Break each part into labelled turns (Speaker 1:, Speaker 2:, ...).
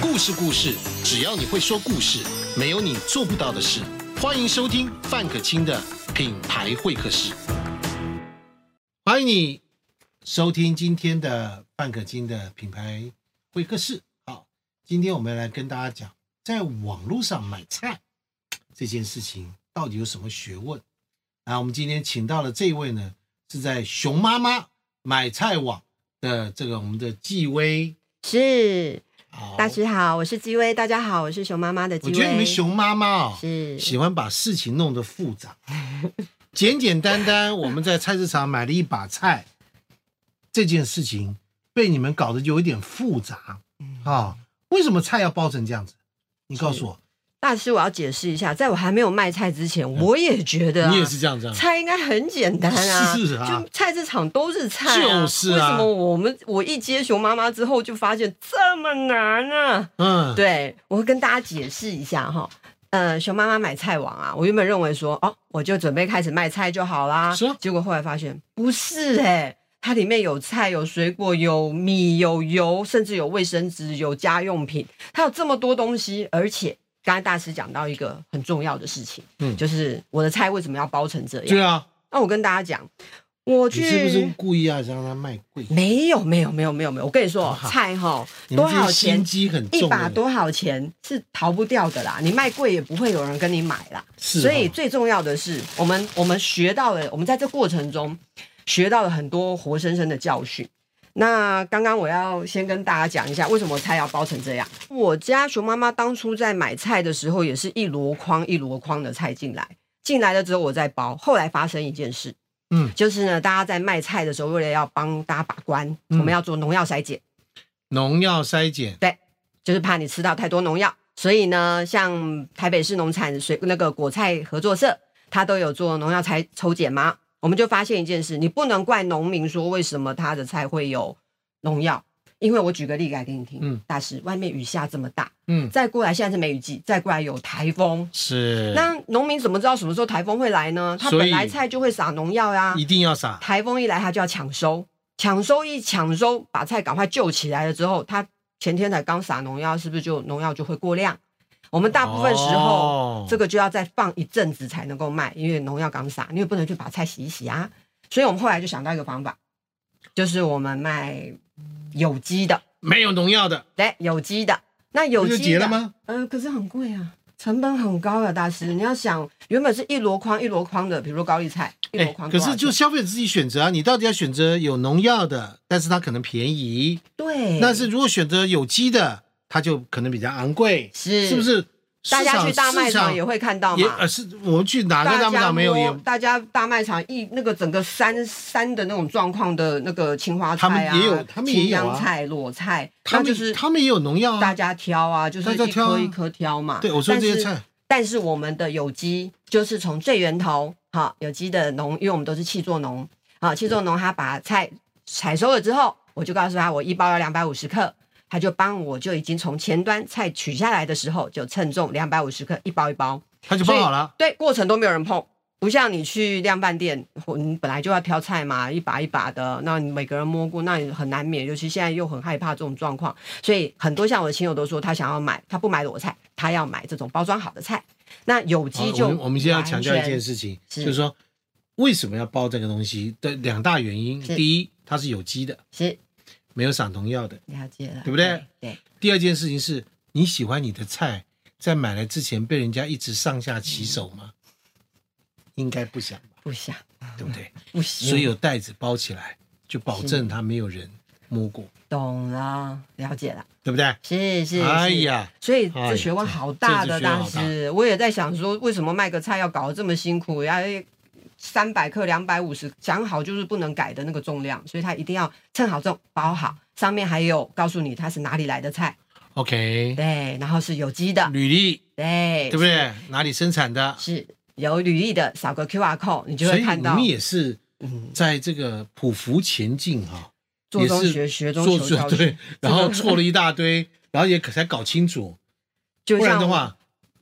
Speaker 1: 故事故事，只要你会说故事，没有你做不到的事。欢迎收听范可清的品牌会客室。欢迎你收听今天的范可清的品牌会客室。好，今天我们来跟大家讲，在网络上买菜这件事情到底有什么学问？啊，我们今天请到了这位呢，是在熊妈妈买菜网的这个我们的纪薇。
Speaker 2: 是
Speaker 1: 好
Speaker 2: 大师好，我是基薇，大家好，我是熊妈妈的基
Speaker 1: 我
Speaker 2: 薇。
Speaker 1: 觉得你们熊妈妈啊、
Speaker 2: 是
Speaker 1: 喜欢把事情弄得复杂，简简单单。我们在菜市场买了一把菜，这件事情被你们搞得有一点复杂
Speaker 2: 嗯
Speaker 1: 啊、为什么菜要包成这样子？你告诉我，
Speaker 2: 大师，我要解释一下，在我还没有卖菜之前，我也觉得、
Speaker 1: 嗯
Speaker 2: 啊、
Speaker 1: 你也是这样子、啊。
Speaker 2: 菜应该很简单啊，
Speaker 1: 是啊
Speaker 2: 就菜市场都是菜、啊，
Speaker 1: 就是啊
Speaker 2: 为什么我们我一接熊妈妈之后就发现这么难啊？
Speaker 1: 嗯，
Speaker 2: 对，我会跟大家解释一下哈。呃，熊妈妈买菜网啊，我原本认为说哦，我就准备开始卖菜就好啦。
Speaker 1: 是啊
Speaker 2: 结果后来发现不是哎、它里面有菜、有水果、有米、有油，甚至有卫生纸、有家用品，它有这么多东西。而且刚才大师讲到一个很重要的事情，
Speaker 1: 嗯
Speaker 2: 就是我的菜为什么要包成这样？
Speaker 1: 对啊，
Speaker 2: 那我跟大家讲，我
Speaker 1: 你
Speaker 2: 去
Speaker 1: 是不是故意要让它卖贵？
Speaker 2: 没有没有没有没有没有，我跟你说菜哈
Speaker 1: 你们
Speaker 2: 多
Speaker 1: 这
Speaker 2: 少
Speaker 1: 些
Speaker 2: 钱
Speaker 1: 心？机很重
Speaker 2: 一
Speaker 1: 的，
Speaker 2: 把多少钱是逃不掉的啦，你卖贵也不会有人跟你买啦。
Speaker 1: 是哦
Speaker 2: 所以最重要的是，我们我们学到了，我们在这过程中学到了很多活生生的教训。那刚刚我要先跟大家讲一下，为什么菜要包成这样。我家熊妈妈当初在买菜的时候，也是一箩筐一箩筐的菜进来，进来了之后我再包。后来发生一件事，
Speaker 1: 嗯，
Speaker 2: 就是呢，大家在卖菜的时候，为了要帮大家把关，
Speaker 1: 嗯
Speaker 2: 我们要做农药筛检。
Speaker 1: 农药筛检，
Speaker 2: 就是怕你吃到太多农药。所以呢，像台北市农产水那个果菜合作社，它都有做农药采抽检嘛。我们就发现一件事，你不能怪农民说为什么他的菜会有农药，因为我举个例来给你听。
Speaker 1: 嗯
Speaker 2: 大师，外面雨下这么大，
Speaker 1: 嗯，
Speaker 2: 再过来现在是梅雨季，再过来有台风，
Speaker 1: 是，
Speaker 2: 那农民怎么知道什么时候台风会来呢？他
Speaker 1: 所以
Speaker 2: 本来菜就会撒农药呀、
Speaker 1: 一定要撒，
Speaker 2: 台风一来，他就要抢收，抢收一抢收，把菜赶快救起来了之后，他前天才刚撒农药，是不是就农药就会过量？我们大部分时候、
Speaker 1: 哦
Speaker 2: 这个就要再放一阵子才能够卖，因为农药刚撒，你也不能去把菜洗一洗啊。所以我们后来就想到一个方法，就是我们卖有机的，
Speaker 1: 没有农药的，
Speaker 2: 对，有机的。那有
Speaker 1: 不就
Speaker 2: 机
Speaker 1: 结
Speaker 2: 的
Speaker 1: 了，吗？
Speaker 2: 呃，可是很贵啊，成本很高啊，大师。你要想，原本是一箩筐一箩筐的，比如说高丽菜，一箩筐
Speaker 1: 哎可
Speaker 2: 多少钱、
Speaker 1: 是就消费者自己选择啊，你到底要选择有农药的，但是它可能便宜；
Speaker 2: 对，
Speaker 1: 但是如果选择有机的，它就可能比较昂贵，
Speaker 2: 是
Speaker 1: 是不？是？
Speaker 2: 大
Speaker 1: 市
Speaker 2: 家
Speaker 1: 场
Speaker 2: 去大卖场也
Speaker 1: 市
Speaker 2: 会看到
Speaker 1: 场也
Speaker 2: 嘛
Speaker 1: 呃，。是我们去哪个大卖
Speaker 2: 家
Speaker 1: 场没有
Speaker 2: 摸
Speaker 1: 也，
Speaker 2: 大家大卖场一那个整个山山的那种状况的那个青花菜啊，
Speaker 1: 他们也有他们也
Speaker 2: 青
Speaker 1: 有啊
Speaker 2: 江菜、裸菜，
Speaker 1: 他
Speaker 2: 那
Speaker 1: 们
Speaker 2: 就是
Speaker 1: 他们也有农药
Speaker 2: 大
Speaker 1: 啊。
Speaker 2: 家挑啊，就是
Speaker 1: 大家
Speaker 2: 一
Speaker 1: 挑啊
Speaker 2: 颗一颗挑嘛。
Speaker 1: 对，我说这些
Speaker 2: 但是
Speaker 1: 菜，
Speaker 2: 但是我们的有机就是从最源头，哈，有机的农，因为我们都是气作农，啊，气作农他把菜采收了之后，我就告诉他我一包要两百五十克，他就帮我就已经从前端菜取下来的时候就称重两百五十克，一包一包，
Speaker 1: 它就包好了。
Speaker 2: 对，过程都没有人碰。不像你去量贩店，或你本来就要挑菜嘛，一把一把的，那你每个人摸过，那你很难免，尤其现在又很害怕这种状况，所以很多像我的亲友都说，他想要买，他不买裸菜，他要买这种包装好的菜。那有
Speaker 1: 好
Speaker 2: 机就
Speaker 1: 我们我们现在要
Speaker 2: 完
Speaker 1: 强调一
Speaker 2: 全
Speaker 1: 件事情，
Speaker 2: 是
Speaker 1: 就是说为什么要包这个东西的两大原因：
Speaker 2: 是
Speaker 1: 第一，它是有机的，
Speaker 2: 是
Speaker 1: 没有撒农药的；
Speaker 2: 了解了，
Speaker 1: 对不对？
Speaker 2: 对，
Speaker 1: 第二件事情是你喜欢你的菜，在买来之前被人家一直上下其手吗？应该不想吧，
Speaker 2: 不想
Speaker 1: 对不对？
Speaker 2: 不行，
Speaker 1: 所以有袋子包起来，就保证它没有人摸过，
Speaker 2: 懂了，了解了，
Speaker 1: 对不对？
Speaker 2: 是是，
Speaker 1: 哎
Speaker 2: 是
Speaker 1: 呀，
Speaker 2: 所以
Speaker 1: 哎
Speaker 2: 这学问好大
Speaker 1: 这
Speaker 2: 的
Speaker 1: 这学问
Speaker 2: 大
Speaker 1: 好大
Speaker 2: 师，我也在想说，为什么卖个菜要搞得这么辛苦？要三百克、两百五十，讲好就是不能改的那个重量，所以它一定要称好重、包好，上面还有告诉你它是哪里来的菜，
Speaker 1: OK，
Speaker 2: 对，然后是有机的，
Speaker 1: 履历
Speaker 2: 对，
Speaker 1: 对不对？哪里生产的？
Speaker 2: 是？是有履历的，扫个 QR code，你就
Speaker 1: 所
Speaker 2: 会
Speaker 1: 以
Speaker 2: 看
Speaker 1: 你
Speaker 2: 到
Speaker 1: 们。也是
Speaker 2: 嗯，
Speaker 1: 在这个匍匐前进哈、
Speaker 2: 做中
Speaker 1: 也是
Speaker 2: 学，学中
Speaker 1: 做
Speaker 2: 求教
Speaker 1: 做
Speaker 2: 学，
Speaker 1: 对，然后错了一大堆，然后也才搞清楚，
Speaker 2: 就
Speaker 1: 不然
Speaker 2: 像
Speaker 1: 的话，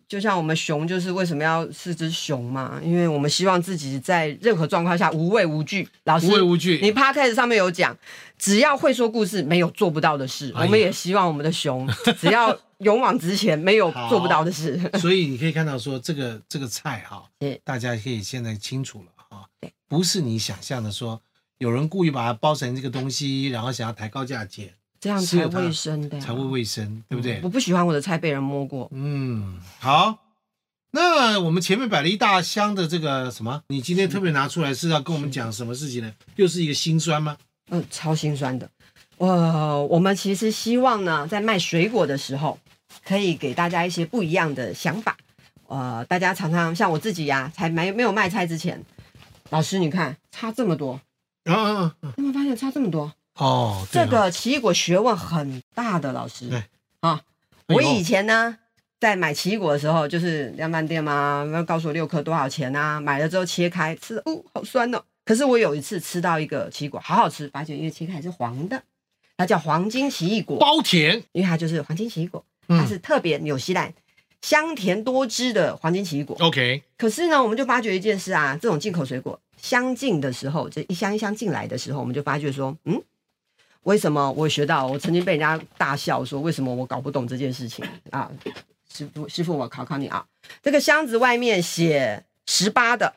Speaker 2: 就像我们熊，就是为什么要是只熊嘛？因为我们希望自己在任何状况下无畏无惧。老师，
Speaker 1: 无畏无惧
Speaker 2: 你 podcast 上面有讲，只要会说故事，没有做不到的事。
Speaker 1: 哎呀
Speaker 2: 我们也希望我们的熊，只要勇往直前，没有
Speaker 1: 好
Speaker 2: 做不到的 事。
Speaker 1: 所以你可以看到说这个这个菜哈
Speaker 2: 是，
Speaker 1: 大家可以现在清楚了哈，不是你想象的说有人故意把它包成这个东西，然后想要抬高价钱
Speaker 2: 这样
Speaker 1: 是
Speaker 2: 才
Speaker 1: 有它
Speaker 2: 卫生的呀，
Speaker 1: 才会卫生，对不对
Speaker 2: 我？不喜欢我的菜被人摸过，
Speaker 1: 嗯，好。那我们前面摆了一大箱的这个什么，你今天特别拿出来是要跟我们讲什么事情呢？又是一个辛酸吗？
Speaker 2: 嗯、超心酸的。呃，我们其实希望呢，在卖水果的时候，可以给大家一些不一样的想法。呃，大家常常像我自己呀、才没没有卖菜之前，老师你看差这么多，
Speaker 1: 啊啊啊！
Speaker 2: 有没有发现差这么多？
Speaker 1: 哦，对
Speaker 2: 这
Speaker 1: 啊
Speaker 2: 个奇异果学问很大的，老师
Speaker 1: 对哎
Speaker 2: 啊，我以前呢。在买奇异果的时候，就是量贩店嘛，要告诉我六颗多少钱啊？买了之后切开吃，哦，好酸哦。可是我有一次吃到一个奇异果，好好吃，发现因为切开还是黄的，它叫黄金奇异果，
Speaker 1: 包甜，
Speaker 2: 因为它就是黄金奇异果，
Speaker 1: 嗯
Speaker 2: 它是特别纽西兰香甜多汁的黄金奇异果。
Speaker 1: ，OK，
Speaker 2: 可是呢，我们就发觉一件事啊，这种进口水果相进的时候，这一箱一箱进来的时候，我们就发觉说，嗯，为什么我学到？我曾经被人家大笑说，为什么我搞不懂这件事情啊？师傅，师傅，我考考你啊，这个箱子外面写十八的，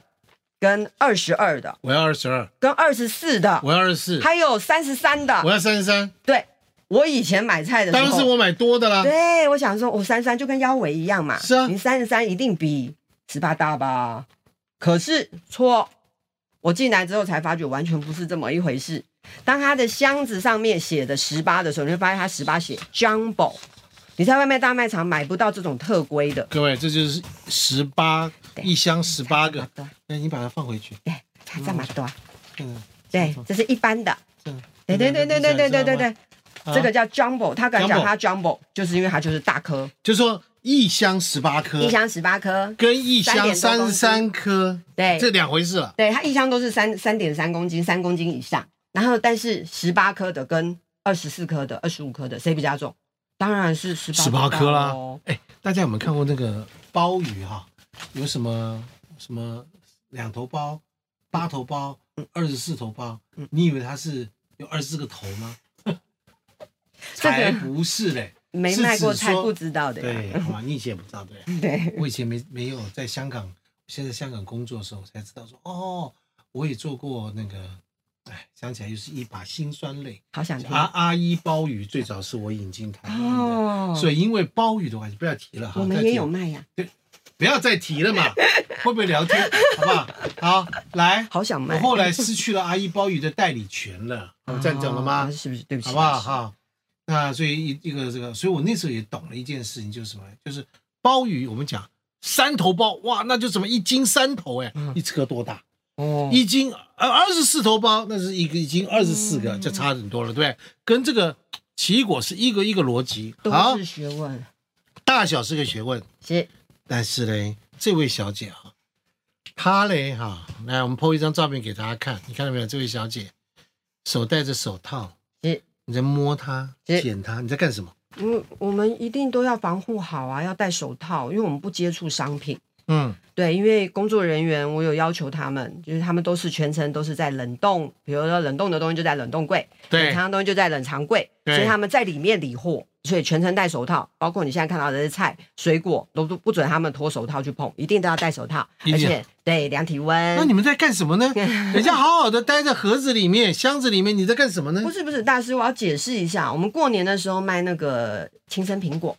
Speaker 2: 跟二十二的，
Speaker 1: 我要二十二，
Speaker 2: 跟二十四的，
Speaker 1: 我要二十四，
Speaker 2: 还有三十三
Speaker 1: 我
Speaker 2: 的。
Speaker 1: 要三十三。
Speaker 2: 对，我以前买菜的时候，
Speaker 1: 当时我买多的啦，
Speaker 2: 对，我想说，我哦三三就跟腰围一样嘛，
Speaker 1: 啊是啊
Speaker 2: 你三十三一定比十八大吧？可是错，我进来之后才发觉完全不是这么一回事。当它的箱子上面写的十八的时候，你会发现它十八写 jumbo，你在外面大卖场买不到这种特规的。
Speaker 1: 各位，这就是十八
Speaker 2: 对
Speaker 1: 一箱十八个，
Speaker 2: 对，
Speaker 1: 那你把它放回去，
Speaker 2: 对，它哎这么多，
Speaker 1: 嗯，
Speaker 2: 对，这是一般的。
Speaker 1: 这样
Speaker 2: 对对对对对对对对，对，
Speaker 1: 啊
Speaker 2: 这个叫 jumbo，他敢讲它 jumbo，就是因为它就是大颗，
Speaker 1: 就说一箱十八颗
Speaker 2: 一，箱十八颗，
Speaker 1: 跟一箱
Speaker 2: 3.2
Speaker 1: 三
Speaker 2: 公
Speaker 1: 十
Speaker 2: 斤
Speaker 1: 三颗，
Speaker 2: 对，
Speaker 1: 这两回事了。
Speaker 2: 对，它一箱都是三三点三公斤、三公斤以上。然后，但是十八颗的跟二十四颗的、二十五颗的，谁比较重？当然是十八
Speaker 1: 十八颗啦
Speaker 2: 哦。
Speaker 1: 哎，大家有没有看过那个鲍鱼哈、有什么什么两头包、八头包、二十四头包？你以为它是有二十四个头吗？
Speaker 2: 这
Speaker 1: 才
Speaker 2: 个
Speaker 1: 不是嘞，
Speaker 2: 没卖过
Speaker 1: 是指
Speaker 2: 菜
Speaker 1: 说
Speaker 2: 不知道的呀。
Speaker 1: 对，好吧，你以前也不知道对不对。
Speaker 2: 对，
Speaker 1: 我以前没没有在香港，现在香港工作的时候，我才知道说，哦，我也做过那个，哎，想起来又是一把辛酸泪。
Speaker 2: 好想听
Speaker 1: 阿阿一鲍鱼最早是我引进台湾
Speaker 2: 哦
Speaker 1: 的，。所以因为鲍鱼的关系，不要提了哈，
Speaker 2: 我们
Speaker 1: 再
Speaker 2: 也
Speaker 1: 提
Speaker 2: 有卖呀，
Speaker 1: 不要再提了嘛，会不会聊天？好不好？好，来，
Speaker 2: 好想卖。
Speaker 1: 我后来失去了阿一鲍鱼的代理权了，我这样讲了吗
Speaker 2: 啊？是不是？对不起，
Speaker 1: 好不好？
Speaker 2: 老师
Speaker 1: 哈，那所以一一个这个，所以我那时候也懂了一件事情，就是什么？就是鲍鱼，我们讲三头鲍，哇，那就什么一斤三头，哎
Speaker 2: 嗯，
Speaker 1: 一车多大？
Speaker 2: 哦，
Speaker 1: 一斤呃二十四头包，那是一个一斤二十四
Speaker 2: 嗯
Speaker 1: 个，就差很多了，对不对？跟这个奇异果是一个一个逻辑。好
Speaker 2: 都，是学问。
Speaker 1: 大小是个学问，
Speaker 2: 是
Speaker 1: 但是嘞，这位小姐啊，她嘞哈，来我们 PO 一张照片给大家看，你看到没有？这位小姐手戴着手套，
Speaker 2: 是，
Speaker 1: 你在摸它、
Speaker 2: 是
Speaker 1: 舔它，你在干什么？
Speaker 2: 嗯，我们一定都要防护好啊，要戴手套，因为我们不接触商品。
Speaker 1: 嗯，
Speaker 2: 对，因为工作人员，我有要求他们，就是他们都是全程都是在冷冻，比如说冷冻的东西就在冷冻柜，冷
Speaker 1: 对，
Speaker 2: 藏的东西就在冷藏柜，
Speaker 1: 对
Speaker 2: 所以他们在里面理货，所以全程戴手套，包括你现在看到的这些菜、水果，都都不准他们脱手套去碰，一定都要戴手套，
Speaker 1: 一
Speaker 2: 而
Speaker 1: 定
Speaker 2: 且对量体
Speaker 1: 那你
Speaker 2: 温。
Speaker 1: 们在干什么 呢？人家好好的待在盒子里面、箱子里面，你在干什么呢
Speaker 2: 不？是不是，大师，我要解释一下，我们过年的时候卖那个青生苹果，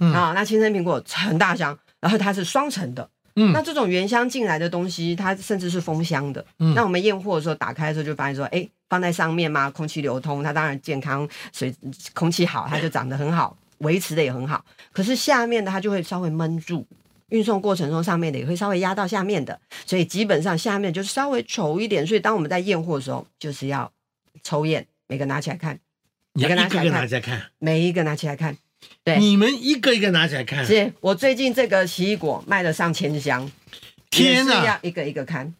Speaker 1: 嗯
Speaker 2: 啊，那青生苹果很大箱，然后它是双层的，那
Speaker 1: 嗯
Speaker 2: 这种原箱进来的东西，它甚至是封箱的。
Speaker 1: 嗯
Speaker 2: 那我们验货的时候，打开的时候就发现说，哎，放在上面嘛，空气流通，它当然健康，水空气好，它就长得很好，维持的也很好。可是下面的它就会稍微闷住，运送过程中上面的也会稍微压到下面的，所以基本上下面就稍微稠一点。所以当我们在验货的时候，就是要抽验，每个拿起来看，
Speaker 1: 你要
Speaker 2: 我跟
Speaker 1: 一
Speaker 2: 大家
Speaker 1: 个一个
Speaker 2: 看
Speaker 1: 拿起来看，
Speaker 2: 每一个拿起来看。对
Speaker 1: 你们一个一个拿起来看，
Speaker 2: 是我最近这个奇异果卖了上千箱，
Speaker 1: 天啊
Speaker 2: 哪！
Speaker 1: 哪！
Speaker 2: 要一个一个看，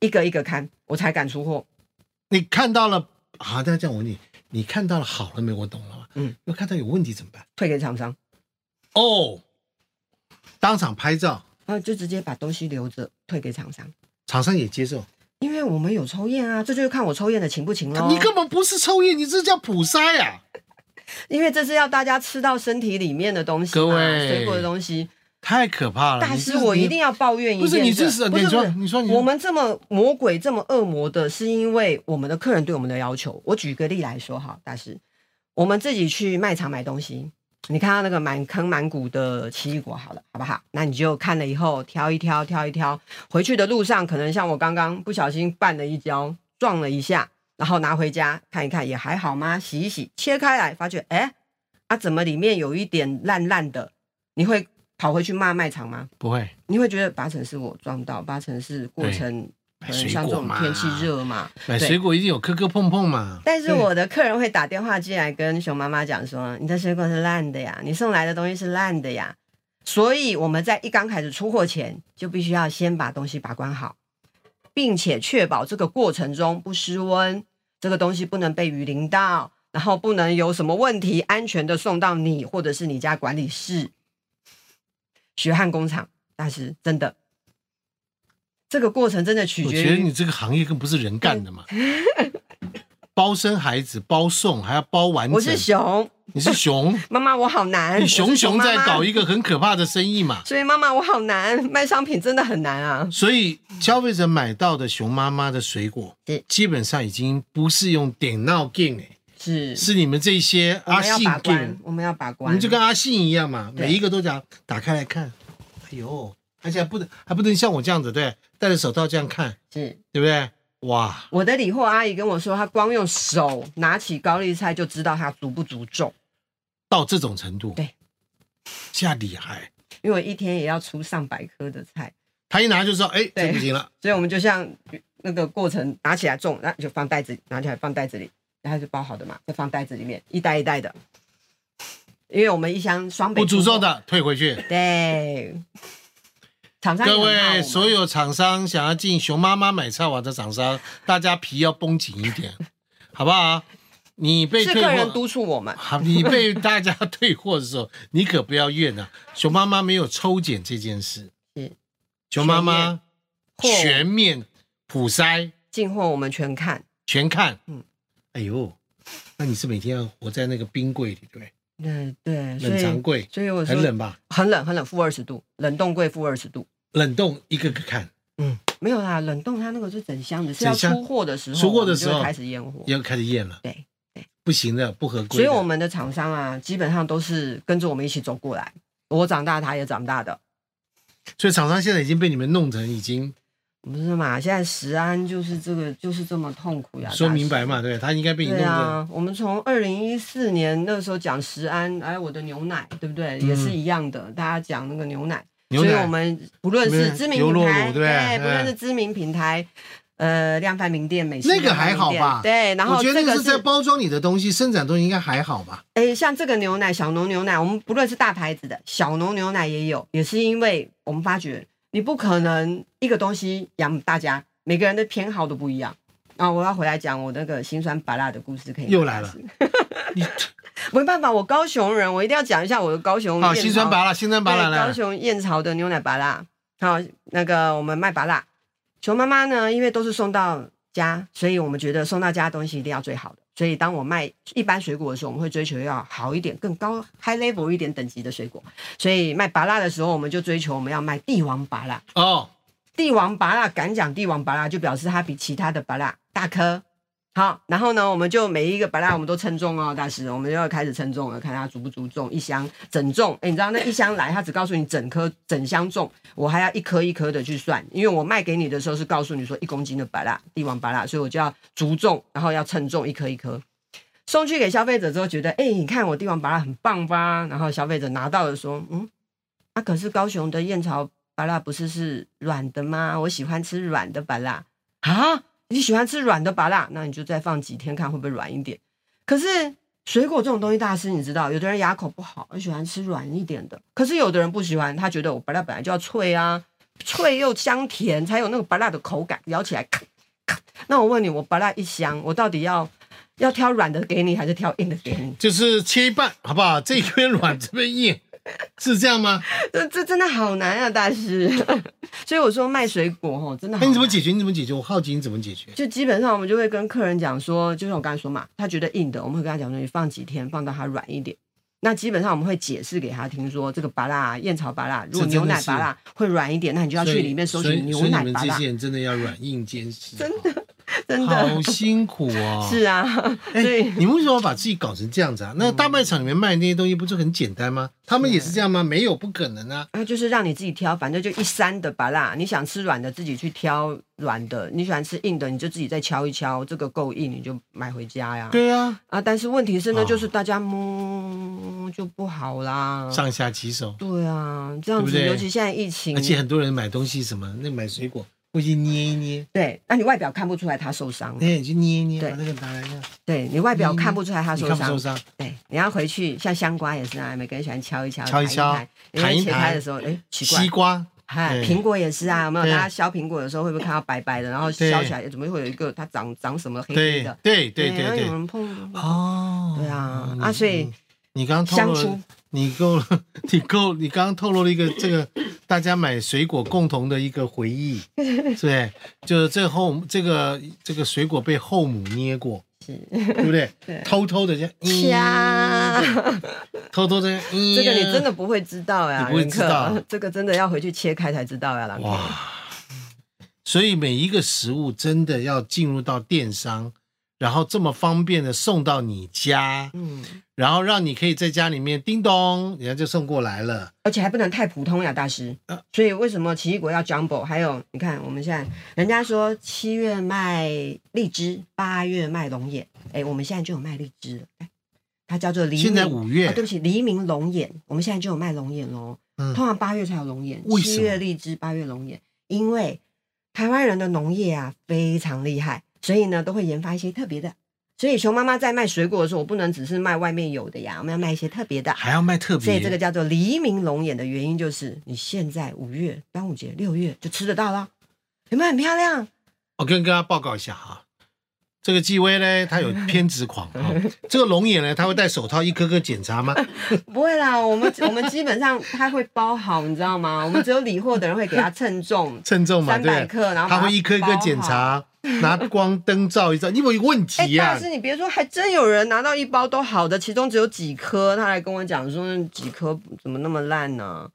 Speaker 2: 一个一个看，我才敢出货。
Speaker 1: 你看到了啊？那这样我问你，你看到了好了没？我懂了吗？
Speaker 2: 嗯，
Speaker 1: 要看到有问题怎么办？
Speaker 2: 退给厂商，
Speaker 1: 哦，当场拍照，
Speaker 2: 然后啊就直接把东西留着退给厂商，
Speaker 1: 厂商也接受。
Speaker 2: 因为我们有抽验啊，这就是看我抽验的勤不勤喽。
Speaker 1: 你根本不是抽烟，你这叫普筛啊！
Speaker 2: 因为这是要大家吃到身体里面的东西嘛，
Speaker 1: 各位
Speaker 2: 水果的东西。
Speaker 1: 太可怕了！
Speaker 2: 大
Speaker 1: 你
Speaker 2: 师，
Speaker 1: 这
Speaker 2: 我
Speaker 1: 你
Speaker 2: 一定要抱怨一
Speaker 1: 不
Speaker 2: 件事。
Speaker 1: 是你这是
Speaker 2: 不是
Speaker 1: 你说
Speaker 2: 不是
Speaker 1: 你说你说
Speaker 2: 我们这么魔鬼、这么恶魔的，是因为我们的客人对我们的要求。我举个例来说哈，大师，我们自己去卖场买东西，你看到那个满坑满谷的奇异果，好了，好不好？那你就看了以后挑一挑，挑一挑。回去的路上，可能像我刚刚不小心绊了一跤，撞了一下，然后拿回家看一看，也还好吗？洗一洗，切开来，发觉哎，啊，怎么里面有一点烂烂的？你会跑回去骂卖场吗？
Speaker 1: 不会
Speaker 2: 你会觉得八成是我撞到，八成是过程
Speaker 1: 哎
Speaker 2: 可能像这种天气热嘛。
Speaker 1: 买
Speaker 2: 对
Speaker 1: 水果一定有磕磕碰碰嘛？
Speaker 2: 但是我的客人会打电话进来跟熊妈妈讲说，你的水果是烂的呀，你送来的东西是烂的呀。所以我们在一刚开始出货前，就必须要先把东西把关好，并且确保这个过程中不失温，这个东西不能被雨淋到，然后不能有什么问题，安全的送到你或者是你家管理室。血汗工厂大师，真的，这个过程真的取
Speaker 1: 我
Speaker 2: 决
Speaker 1: 觉得
Speaker 2: 于
Speaker 1: 你这个行业更不是人干的 嘛。包生孩子，包送，还要包完整。
Speaker 2: 我是熊
Speaker 1: 你是 熊，
Speaker 2: 妈妈，我好难，
Speaker 1: 你熊熊在搞
Speaker 2: 一，
Speaker 1: 一个很可怕的生意嘛。
Speaker 2: 所以妈妈我好难，卖商品真的很难啊。
Speaker 1: 所以消费者买到的熊妈妈的水果
Speaker 2: 是，
Speaker 1: 基本上已经不是用点闹 game，欸
Speaker 2: 是，
Speaker 1: 是你们这些
Speaker 2: 我
Speaker 1: 阿
Speaker 2: 们要
Speaker 1: 信
Speaker 2: 把
Speaker 1: game，
Speaker 2: 关，我们要把
Speaker 1: 我
Speaker 2: 关，
Speaker 1: 们就跟阿信一样嘛，
Speaker 2: 对
Speaker 1: 每一个都讲打开来看，哎呦，而且还不能还不能像我这样子，对，戴着手套这样看，
Speaker 2: 是。
Speaker 1: 对不对？哇，
Speaker 2: 我的理货阿姨跟我说，她光用手拿起高丽菜就知道它足不足重，
Speaker 1: 到这种程度，
Speaker 2: 对，
Speaker 1: 下厉害，
Speaker 2: 因为我一天也要出上百颗的菜，
Speaker 1: 他一拿就知道，哎，这
Speaker 2: 对
Speaker 1: 不行了，
Speaker 2: 所以我们就像那个过程拿起来种，然后就放袋子，拿起来放袋子里，然后就包好的嘛，再放袋子里面，一袋一袋的。因为我们一箱双倍
Speaker 1: 不诅咒
Speaker 2: 出货，
Speaker 1: 的退回去。
Speaker 2: 对，厂商也
Speaker 1: 各
Speaker 2: 很怕我
Speaker 1: 位，
Speaker 2: 们
Speaker 1: 所有厂商想要进熊妈妈买菜网的厂商，大家皮要绷紧一点，好不好？你被
Speaker 2: 是
Speaker 1: 退
Speaker 2: 客人
Speaker 1: 货，
Speaker 2: 督促我们，
Speaker 1: 好，你被大家退货的时候， 你可不要怨啊！熊妈妈没有抽检这件事
Speaker 2: 是，
Speaker 1: 熊妈妈
Speaker 2: 全面
Speaker 1: 全面普筛
Speaker 2: 进货我们全看，
Speaker 1: 全看。嗯
Speaker 2: 嗯，
Speaker 1: 哎呦， 那你是每天要活在那个冰柜里，对不对？
Speaker 2: 对对，所
Speaker 1: 冷藏
Speaker 2: 以
Speaker 1: 柜
Speaker 2: 所以我说
Speaker 1: 很冷吧？
Speaker 2: 很冷很冷，负二十度，冷冻柜负二十度。
Speaker 1: 冷冻一个个看，
Speaker 2: 没有啦，冷冻它那个是整箱的，是
Speaker 1: 整
Speaker 2: 要
Speaker 1: 箱
Speaker 2: 出货的时候，
Speaker 1: 出货的时候
Speaker 2: 我们就会开始验货。
Speaker 1: 要开始验了。
Speaker 2: 对对，
Speaker 1: 不行的，不合规
Speaker 2: 所
Speaker 1: 的。
Speaker 2: 以我们的厂商啊，基本上都是跟着我们一起走过来。我长大，他也长大的。
Speaker 1: 所以厂商现在已经被你们弄成已经
Speaker 2: 不是嘛？现在食安就是这个，就是这么痛苦呀。
Speaker 1: 说
Speaker 2: 大师
Speaker 1: 明白嘛，对，他应该被你弄
Speaker 2: 对
Speaker 1: 成。
Speaker 2: 啊，我们从二零一四年那时候讲食安，哎，我的牛奶，对不对？
Speaker 1: 嗯
Speaker 2: 也是一样的，大家讲那个牛奶，
Speaker 1: 牛
Speaker 2: 所以我
Speaker 1: 奶
Speaker 2: 们不论
Speaker 1: 牛奶
Speaker 2: 是知名
Speaker 1: 牛
Speaker 2: 品
Speaker 1: 肉
Speaker 2: 牌，
Speaker 1: 乳对不对
Speaker 2: 对，不
Speaker 1: 嗯
Speaker 2: 论是知名品牌，呃，量贩名店、美食
Speaker 1: 那个
Speaker 2: 量贩
Speaker 1: 还好
Speaker 2: 名店
Speaker 1: 吧
Speaker 2: 对，然后
Speaker 1: 我觉
Speaker 2: 这
Speaker 1: 得
Speaker 2: 个
Speaker 1: 是在包装你的东西、生产东西应该还好吧？
Speaker 2: 哎，像这个牛奶，小农牛奶，我们不论是大牌子的，小农牛奶也有，也是因为我们发觉你不可能一个东西养大家，每个人的偏好都不一样。啊，我要回来讲我那个辛酸拔辣的故事，可以吗
Speaker 1: 又来了，
Speaker 2: 大师
Speaker 1: 你
Speaker 2: 没办法，我高雄人，我一定要讲一下我的高雄
Speaker 1: 好，
Speaker 2: 燕
Speaker 1: 辛啊酸
Speaker 2: 巢
Speaker 1: 拔辣，辛酸拔辣
Speaker 2: 对
Speaker 1: 来
Speaker 2: 高
Speaker 1: 了。
Speaker 2: 雄燕巢的牛奶拔辣，好，那个我们卖拔辣。熊妈妈呢，因为都是送到家，所以我们觉得送到家的东西一定要最好的。所以当我卖一般水果的时候，我们会追求要好一点、更高 high level 一点等级的水果。所以卖拔辣的时候，我们就追求我们要卖帝王拔辣。
Speaker 1: 哦，
Speaker 2: 帝王拔蜡，敢讲帝王拔蜡，就表示它比其他的拔蜡大颗。好，然后呢，我们就每一个拔蜡我们都称重哦，大师，我们就要开始称重了，看它足不足重，一箱整重。哎，你知道那一箱来，它只告诉你整颗整箱重，我还要一颗一颗的去算，因为我卖给你的时候是告诉你说一公斤的拔蜡，帝王拔蜡，所以我就要足重，然后要称重一颗一颗。送去给消费者之后，觉得哎，你看我帝王拔蜡很棒吧？然后消费者拿到了说，嗯，啊，可是高雄的燕巢芭辣不是是软的吗？我喜欢吃软的芭辣啊！你喜欢吃软的芭辣，那你就再放几天看会不会软一点。可是水果这种东西，大师你知道，有的人牙口不好，很喜欢吃软一点的；可是有的人不喜欢，他觉得我芭辣本来就要脆啊，脆又香甜，才有那个芭辣的口感，咬起来咔咔。那我问你，我芭辣一箱，我到底要要挑软的给你，还是挑硬的给你？
Speaker 1: 就是切一半，好不好？这边软，这边硬，是这样吗？
Speaker 2: 这这真的好难啊，大师。 所以我说卖水果哦，真的好
Speaker 1: 那
Speaker 2: 难。
Speaker 1: 你怎么解决？你怎么解决？我好奇你怎么解决？
Speaker 2: 就基本上我们就会跟客人讲说，就像我刚才说嘛，他觉得硬的，我们会跟他讲说，你放几天，放到它软一点。那基本上我们会解释给他听说，这个芭拉燕草芭拉，如果
Speaker 1: 这真的
Speaker 2: 牛奶
Speaker 1: 是
Speaker 2: 芭拉会软一点，那你就要
Speaker 1: 所
Speaker 2: 去
Speaker 1: 以
Speaker 2: 里面搜
Speaker 1: 所以
Speaker 2: 寻牛
Speaker 1: 所以
Speaker 2: 奶
Speaker 1: 你们
Speaker 2: 芭
Speaker 1: 这
Speaker 2: 拉
Speaker 1: 些，人真的要软硬兼 施，真的
Speaker 2: 真的
Speaker 1: 好辛苦哦。
Speaker 2: 是啊，
Speaker 1: 哎
Speaker 2: 所以。
Speaker 1: 你们为什么把自己搞成这样子啊？那大卖场里面卖的那些东西不是很简单吗？他们也是这样吗？没有，不可能啊！
Speaker 2: 那就是让你自己挑，反正就一山的芭拉，你想吃软的自己去挑软的，你喜欢吃硬的你就自己再敲一敲，这个够硬你就买回家呀。
Speaker 1: 对啊，
Speaker 2: 啊，但是问题是呢，
Speaker 1: 哦
Speaker 2: 就是大家摸就不好啦。
Speaker 1: 上下其手，
Speaker 2: 对啊，这样
Speaker 1: 对不
Speaker 2: 子，
Speaker 1: 对
Speaker 2: 尤其现在疫情，
Speaker 1: 而且很多人买东西什么，那买水果会去捏一捏，
Speaker 2: 对，那你外表看不出来他受伤，
Speaker 1: 那你去捏一捏，
Speaker 2: 对
Speaker 1: 把那个拿来看，
Speaker 2: 对你外表看不出来他
Speaker 1: 嗯你
Speaker 2: 受
Speaker 1: 看不受
Speaker 2: 伤，
Speaker 1: 伤？
Speaker 2: 对，你要回去像香瓜也是啊，每个人喜欢敲一敲，
Speaker 1: 敲一敲弹
Speaker 2: 弹
Speaker 1: 一
Speaker 2: 因为切
Speaker 1: 弹
Speaker 2: 开的时候，哎，奇怪
Speaker 1: 西。瓜，
Speaker 2: 哎，
Speaker 1: 对
Speaker 2: 苹果也是啊，有没有？
Speaker 1: 对
Speaker 2: 大家削苹果的时候会不会看到白白的，然后
Speaker 1: 对
Speaker 2: 削起来哎怎么会有一个它长长什么黑黑
Speaker 1: 对
Speaker 2: 的？
Speaker 1: 对对
Speaker 2: 然后
Speaker 1: 对
Speaker 2: 有
Speaker 1: 对，
Speaker 2: 人碰
Speaker 1: 哦，
Speaker 2: 对啊
Speaker 1: 嗯
Speaker 2: 啊，所以
Speaker 1: 你刚刚透
Speaker 2: 香
Speaker 1: 露了
Speaker 2: 菇，
Speaker 1: 你够 了，你够，你刚刚透露了一个这 个大家买水果共同的一个回忆，对不对，就是这个后这个这个水果被后母捏过，
Speaker 2: 是
Speaker 1: 对不对？
Speaker 2: 对
Speaker 1: 偷偷的这样，咦
Speaker 2: 掐，
Speaker 1: 偷偷的这样，咦
Speaker 2: 这个你真的不会知道呀，
Speaker 1: 嗯你不会知道
Speaker 2: 仁克这个真的要回去切开才知道呀，郎哥。
Speaker 1: 嗯哇！所以每一个食物真的要进入到电商，然后这么方便的送到你家，
Speaker 2: 嗯，
Speaker 1: 然后让你可以在家里面叮咚，人家就送过来了。
Speaker 2: 而且还不能太普通呀，大师
Speaker 1: 啊。
Speaker 2: 所以为什么奇异果要 jumbo？还有，你看我们现在人家说七月卖荔枝，八月卖龙眼，哎，我们现在就有卖荔枝了。哎它叫做黎明。
Speaker 1: 现在五月
Speaker 2: 啊对不起，黎明龙眼，我们现在就有卖龙眼喽。
Speaker 1: 嗯
Speaker 2: 通常八月才有龙眼，
Speaker 1: 为什么
Speaker 2: 七月荔枝，八月龙眼，因为台湾人的农业啊非常厉害，所以呢都会研发一些特别的。所以熊妈妈在卖水果的时候，我不能只是卖外面有的呀，我们要卖一些特别的。
Speaker 1: 还要卖特别，
Speaker 2: 所以这个叫做黎明龙眼的原因，就是你现在五月、端午节、六月就吃得到了，有没有很漂亮？
Speaker 1: 我跟大家报告一下啊，这个纪威呢，他有偏执狂啊、
Speaker 2: 嗯
Speaker 1: 这个龙眼呢，他会戴手套一颗颗检查吗？，
Speaker 2: 不会啦，我们我们基本上它会包好，你知道吗？我们只有理货的人会给它称重
Speaker 1: 称 重嘛，
Speaker 2: 三
Speaker 1: 对
Speaker 2: 百
Speaker 1: 不对，
Speaker 2: 克，然后把
Speaker 1: 他
Speaker 2: 它
Speaker 1: 会一颗一颗检
Speaker 2: 包好。
Speaker 1: 查， 拿光灯照一照。你有没有问
Speaker 2: 哎、
Speaker 1: 题呀、
Speaker 2: 大师，你别说，还真有人拿到一包都好的，其中只有几颗，他来跟我讲说那几颗怎么那么烂呢、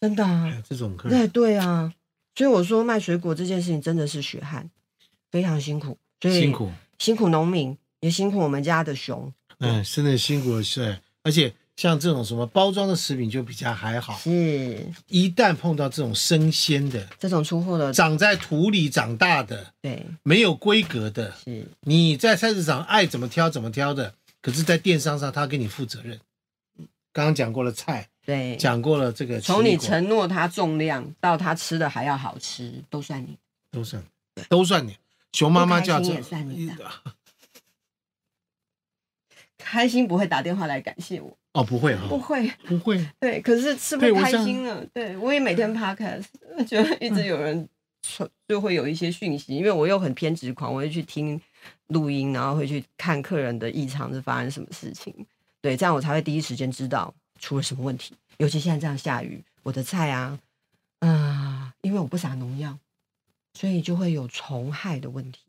Speaker 2: 真的啊
Speaker 1: 哎，这种客人
Speaker 2: 对对啊，所以我说卖水果这件事情真的是血汗，非常辛苦，所以
Speaker 1: 辛苦，
Speaker 2: 辛苦农民，也辛苦我们家的熊。
Speaker 1: 嗯，真的辛苦了，是。而且像这种什么包装的食品就比较还好，
Speaker 2: 是
Speaker 1: 一旦碰到这种生鲜的、
Speaker 2: 这种出货的，
Speaker 1: 长在土里长大的、
Speaker 2: 对，
Speaker 1: 没有规格的，
Speaker 2: 是
Speaker 1: 你在菜市场爱怎么挑怎么挑的，可是，在电商上他给你负责任。刚刚讲过了菜，
Speaker 2: 对。
Speaker 1: 讲过了这个奇异果，
Speaker 2: 从你承诺它重量到它吃的还要好吃，都算你。
Speaker 1: 都算，都算你。熊妈妈叫这
Speaker 2: 不开心也算你的开心不会打电话来感谢我，
Speaker 1: 哦，不会哈、
Speaker 2: 不会。
Speaker 1: 不会，啊
Speaker 2: 对，可是是不
Speaker 1: 对
Speaker 2: 是
Speaker 1: 我
Speaker 2: 开
Speaker 1: 想
Speaker 2: 心了？对我也每天 podcast，觉得一
Speaker 1: 嗯
Speaker 2: 直有人传，就会有一些讯息，因为我又很偏执狂，我会去听录音，然后会去看客人的异常是发生什么事情。对，这样我才会第一时间知道出了什么问题。尤其现在这样下雨，我的菜啊，啊、因为我不撒农药，所以就会有虫害的问题。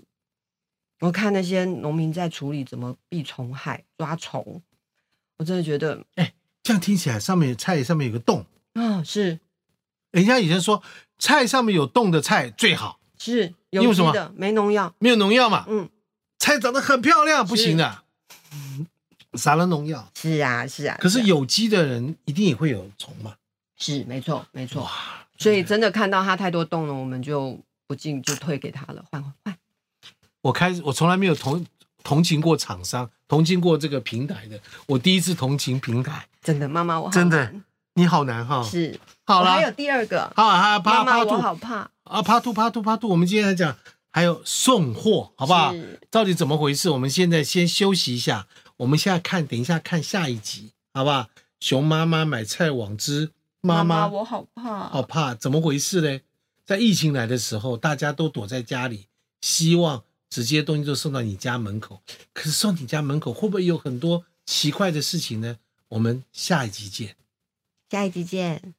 Speaker 2: 我看那些农民在处理怎么避虫害、抓虫，我真的觉得
Speaker 1: 这样听起来上面菜上面有个洞。
Speaker 2: 啊、是
Speaker 1: 人家以前说菜上面有洞的菜最好，
Speaker 2: 是
Speaker 1: 因
Speaker 2: 有
Speaker 1: 为什
Speaker 2: 机
Speaker 1: 么
Speaker 2: 的，没农药。
Speaker 1: 没有农药嘛，
Speaker 2: 嗯，
Speaker 1: 菜长得很漂亮，不行的，嗯撒了农药。
Speaker 2: 是啊，是啊。
Speaker 1: 可是
Speaker 2: 啊
Speaker 1: 有机的人一定也会有虫嘛？
Speaker 2: 是没错，没错。
Speaker 1: 哇，
Speaker 2: 所以真的看到它太多洞了，我们就不进就退给他了，换换换。
Speaker 1: 我开始我从来没有同同情过厂商，同情过这个平台的，我第一次同情平台，
Speaker 2: 哦真的，妈妈我好
Speaker 1: 真的
Speaker 2: 懒
Speaker 1: 你好难哈。
Speaker 2: 是。
Speaker 1: 好
Speaker 2: 我
Speaker 1: 啦，
Speaker 2: 还有第二个，
Speaker 1: 好，啊还有
Speaker 2: 妈
Speaker 1: 趴
Speaker 2: 妈
Speaker 1: 趴
Speaker 2: 我
Speaker 1: 兔
Speaker 2: 好怕。
Speaker 1: 啊，趴兔趴兔趴兔，我们今天来讲还有送货，好不好
Speaker 2: 是？
Speaker 1: 到底怎么回事？我们现在先休息一下，我们现在看，等一下看下一集，好不好？熊妈妈买菜网之妈
Speaker 2: 妈
Speaker 1: 妈
Speaker 2: 我好怕。
Speaker 1: 好哦怕，怎么回事嘞？在疫情来的时候，大家都躲在家里，希望直接东西就送到你家门口。可是送你家门口会不会有很多奇怪的事情呢？我们下一集见。
Speaker 2: 下一集见。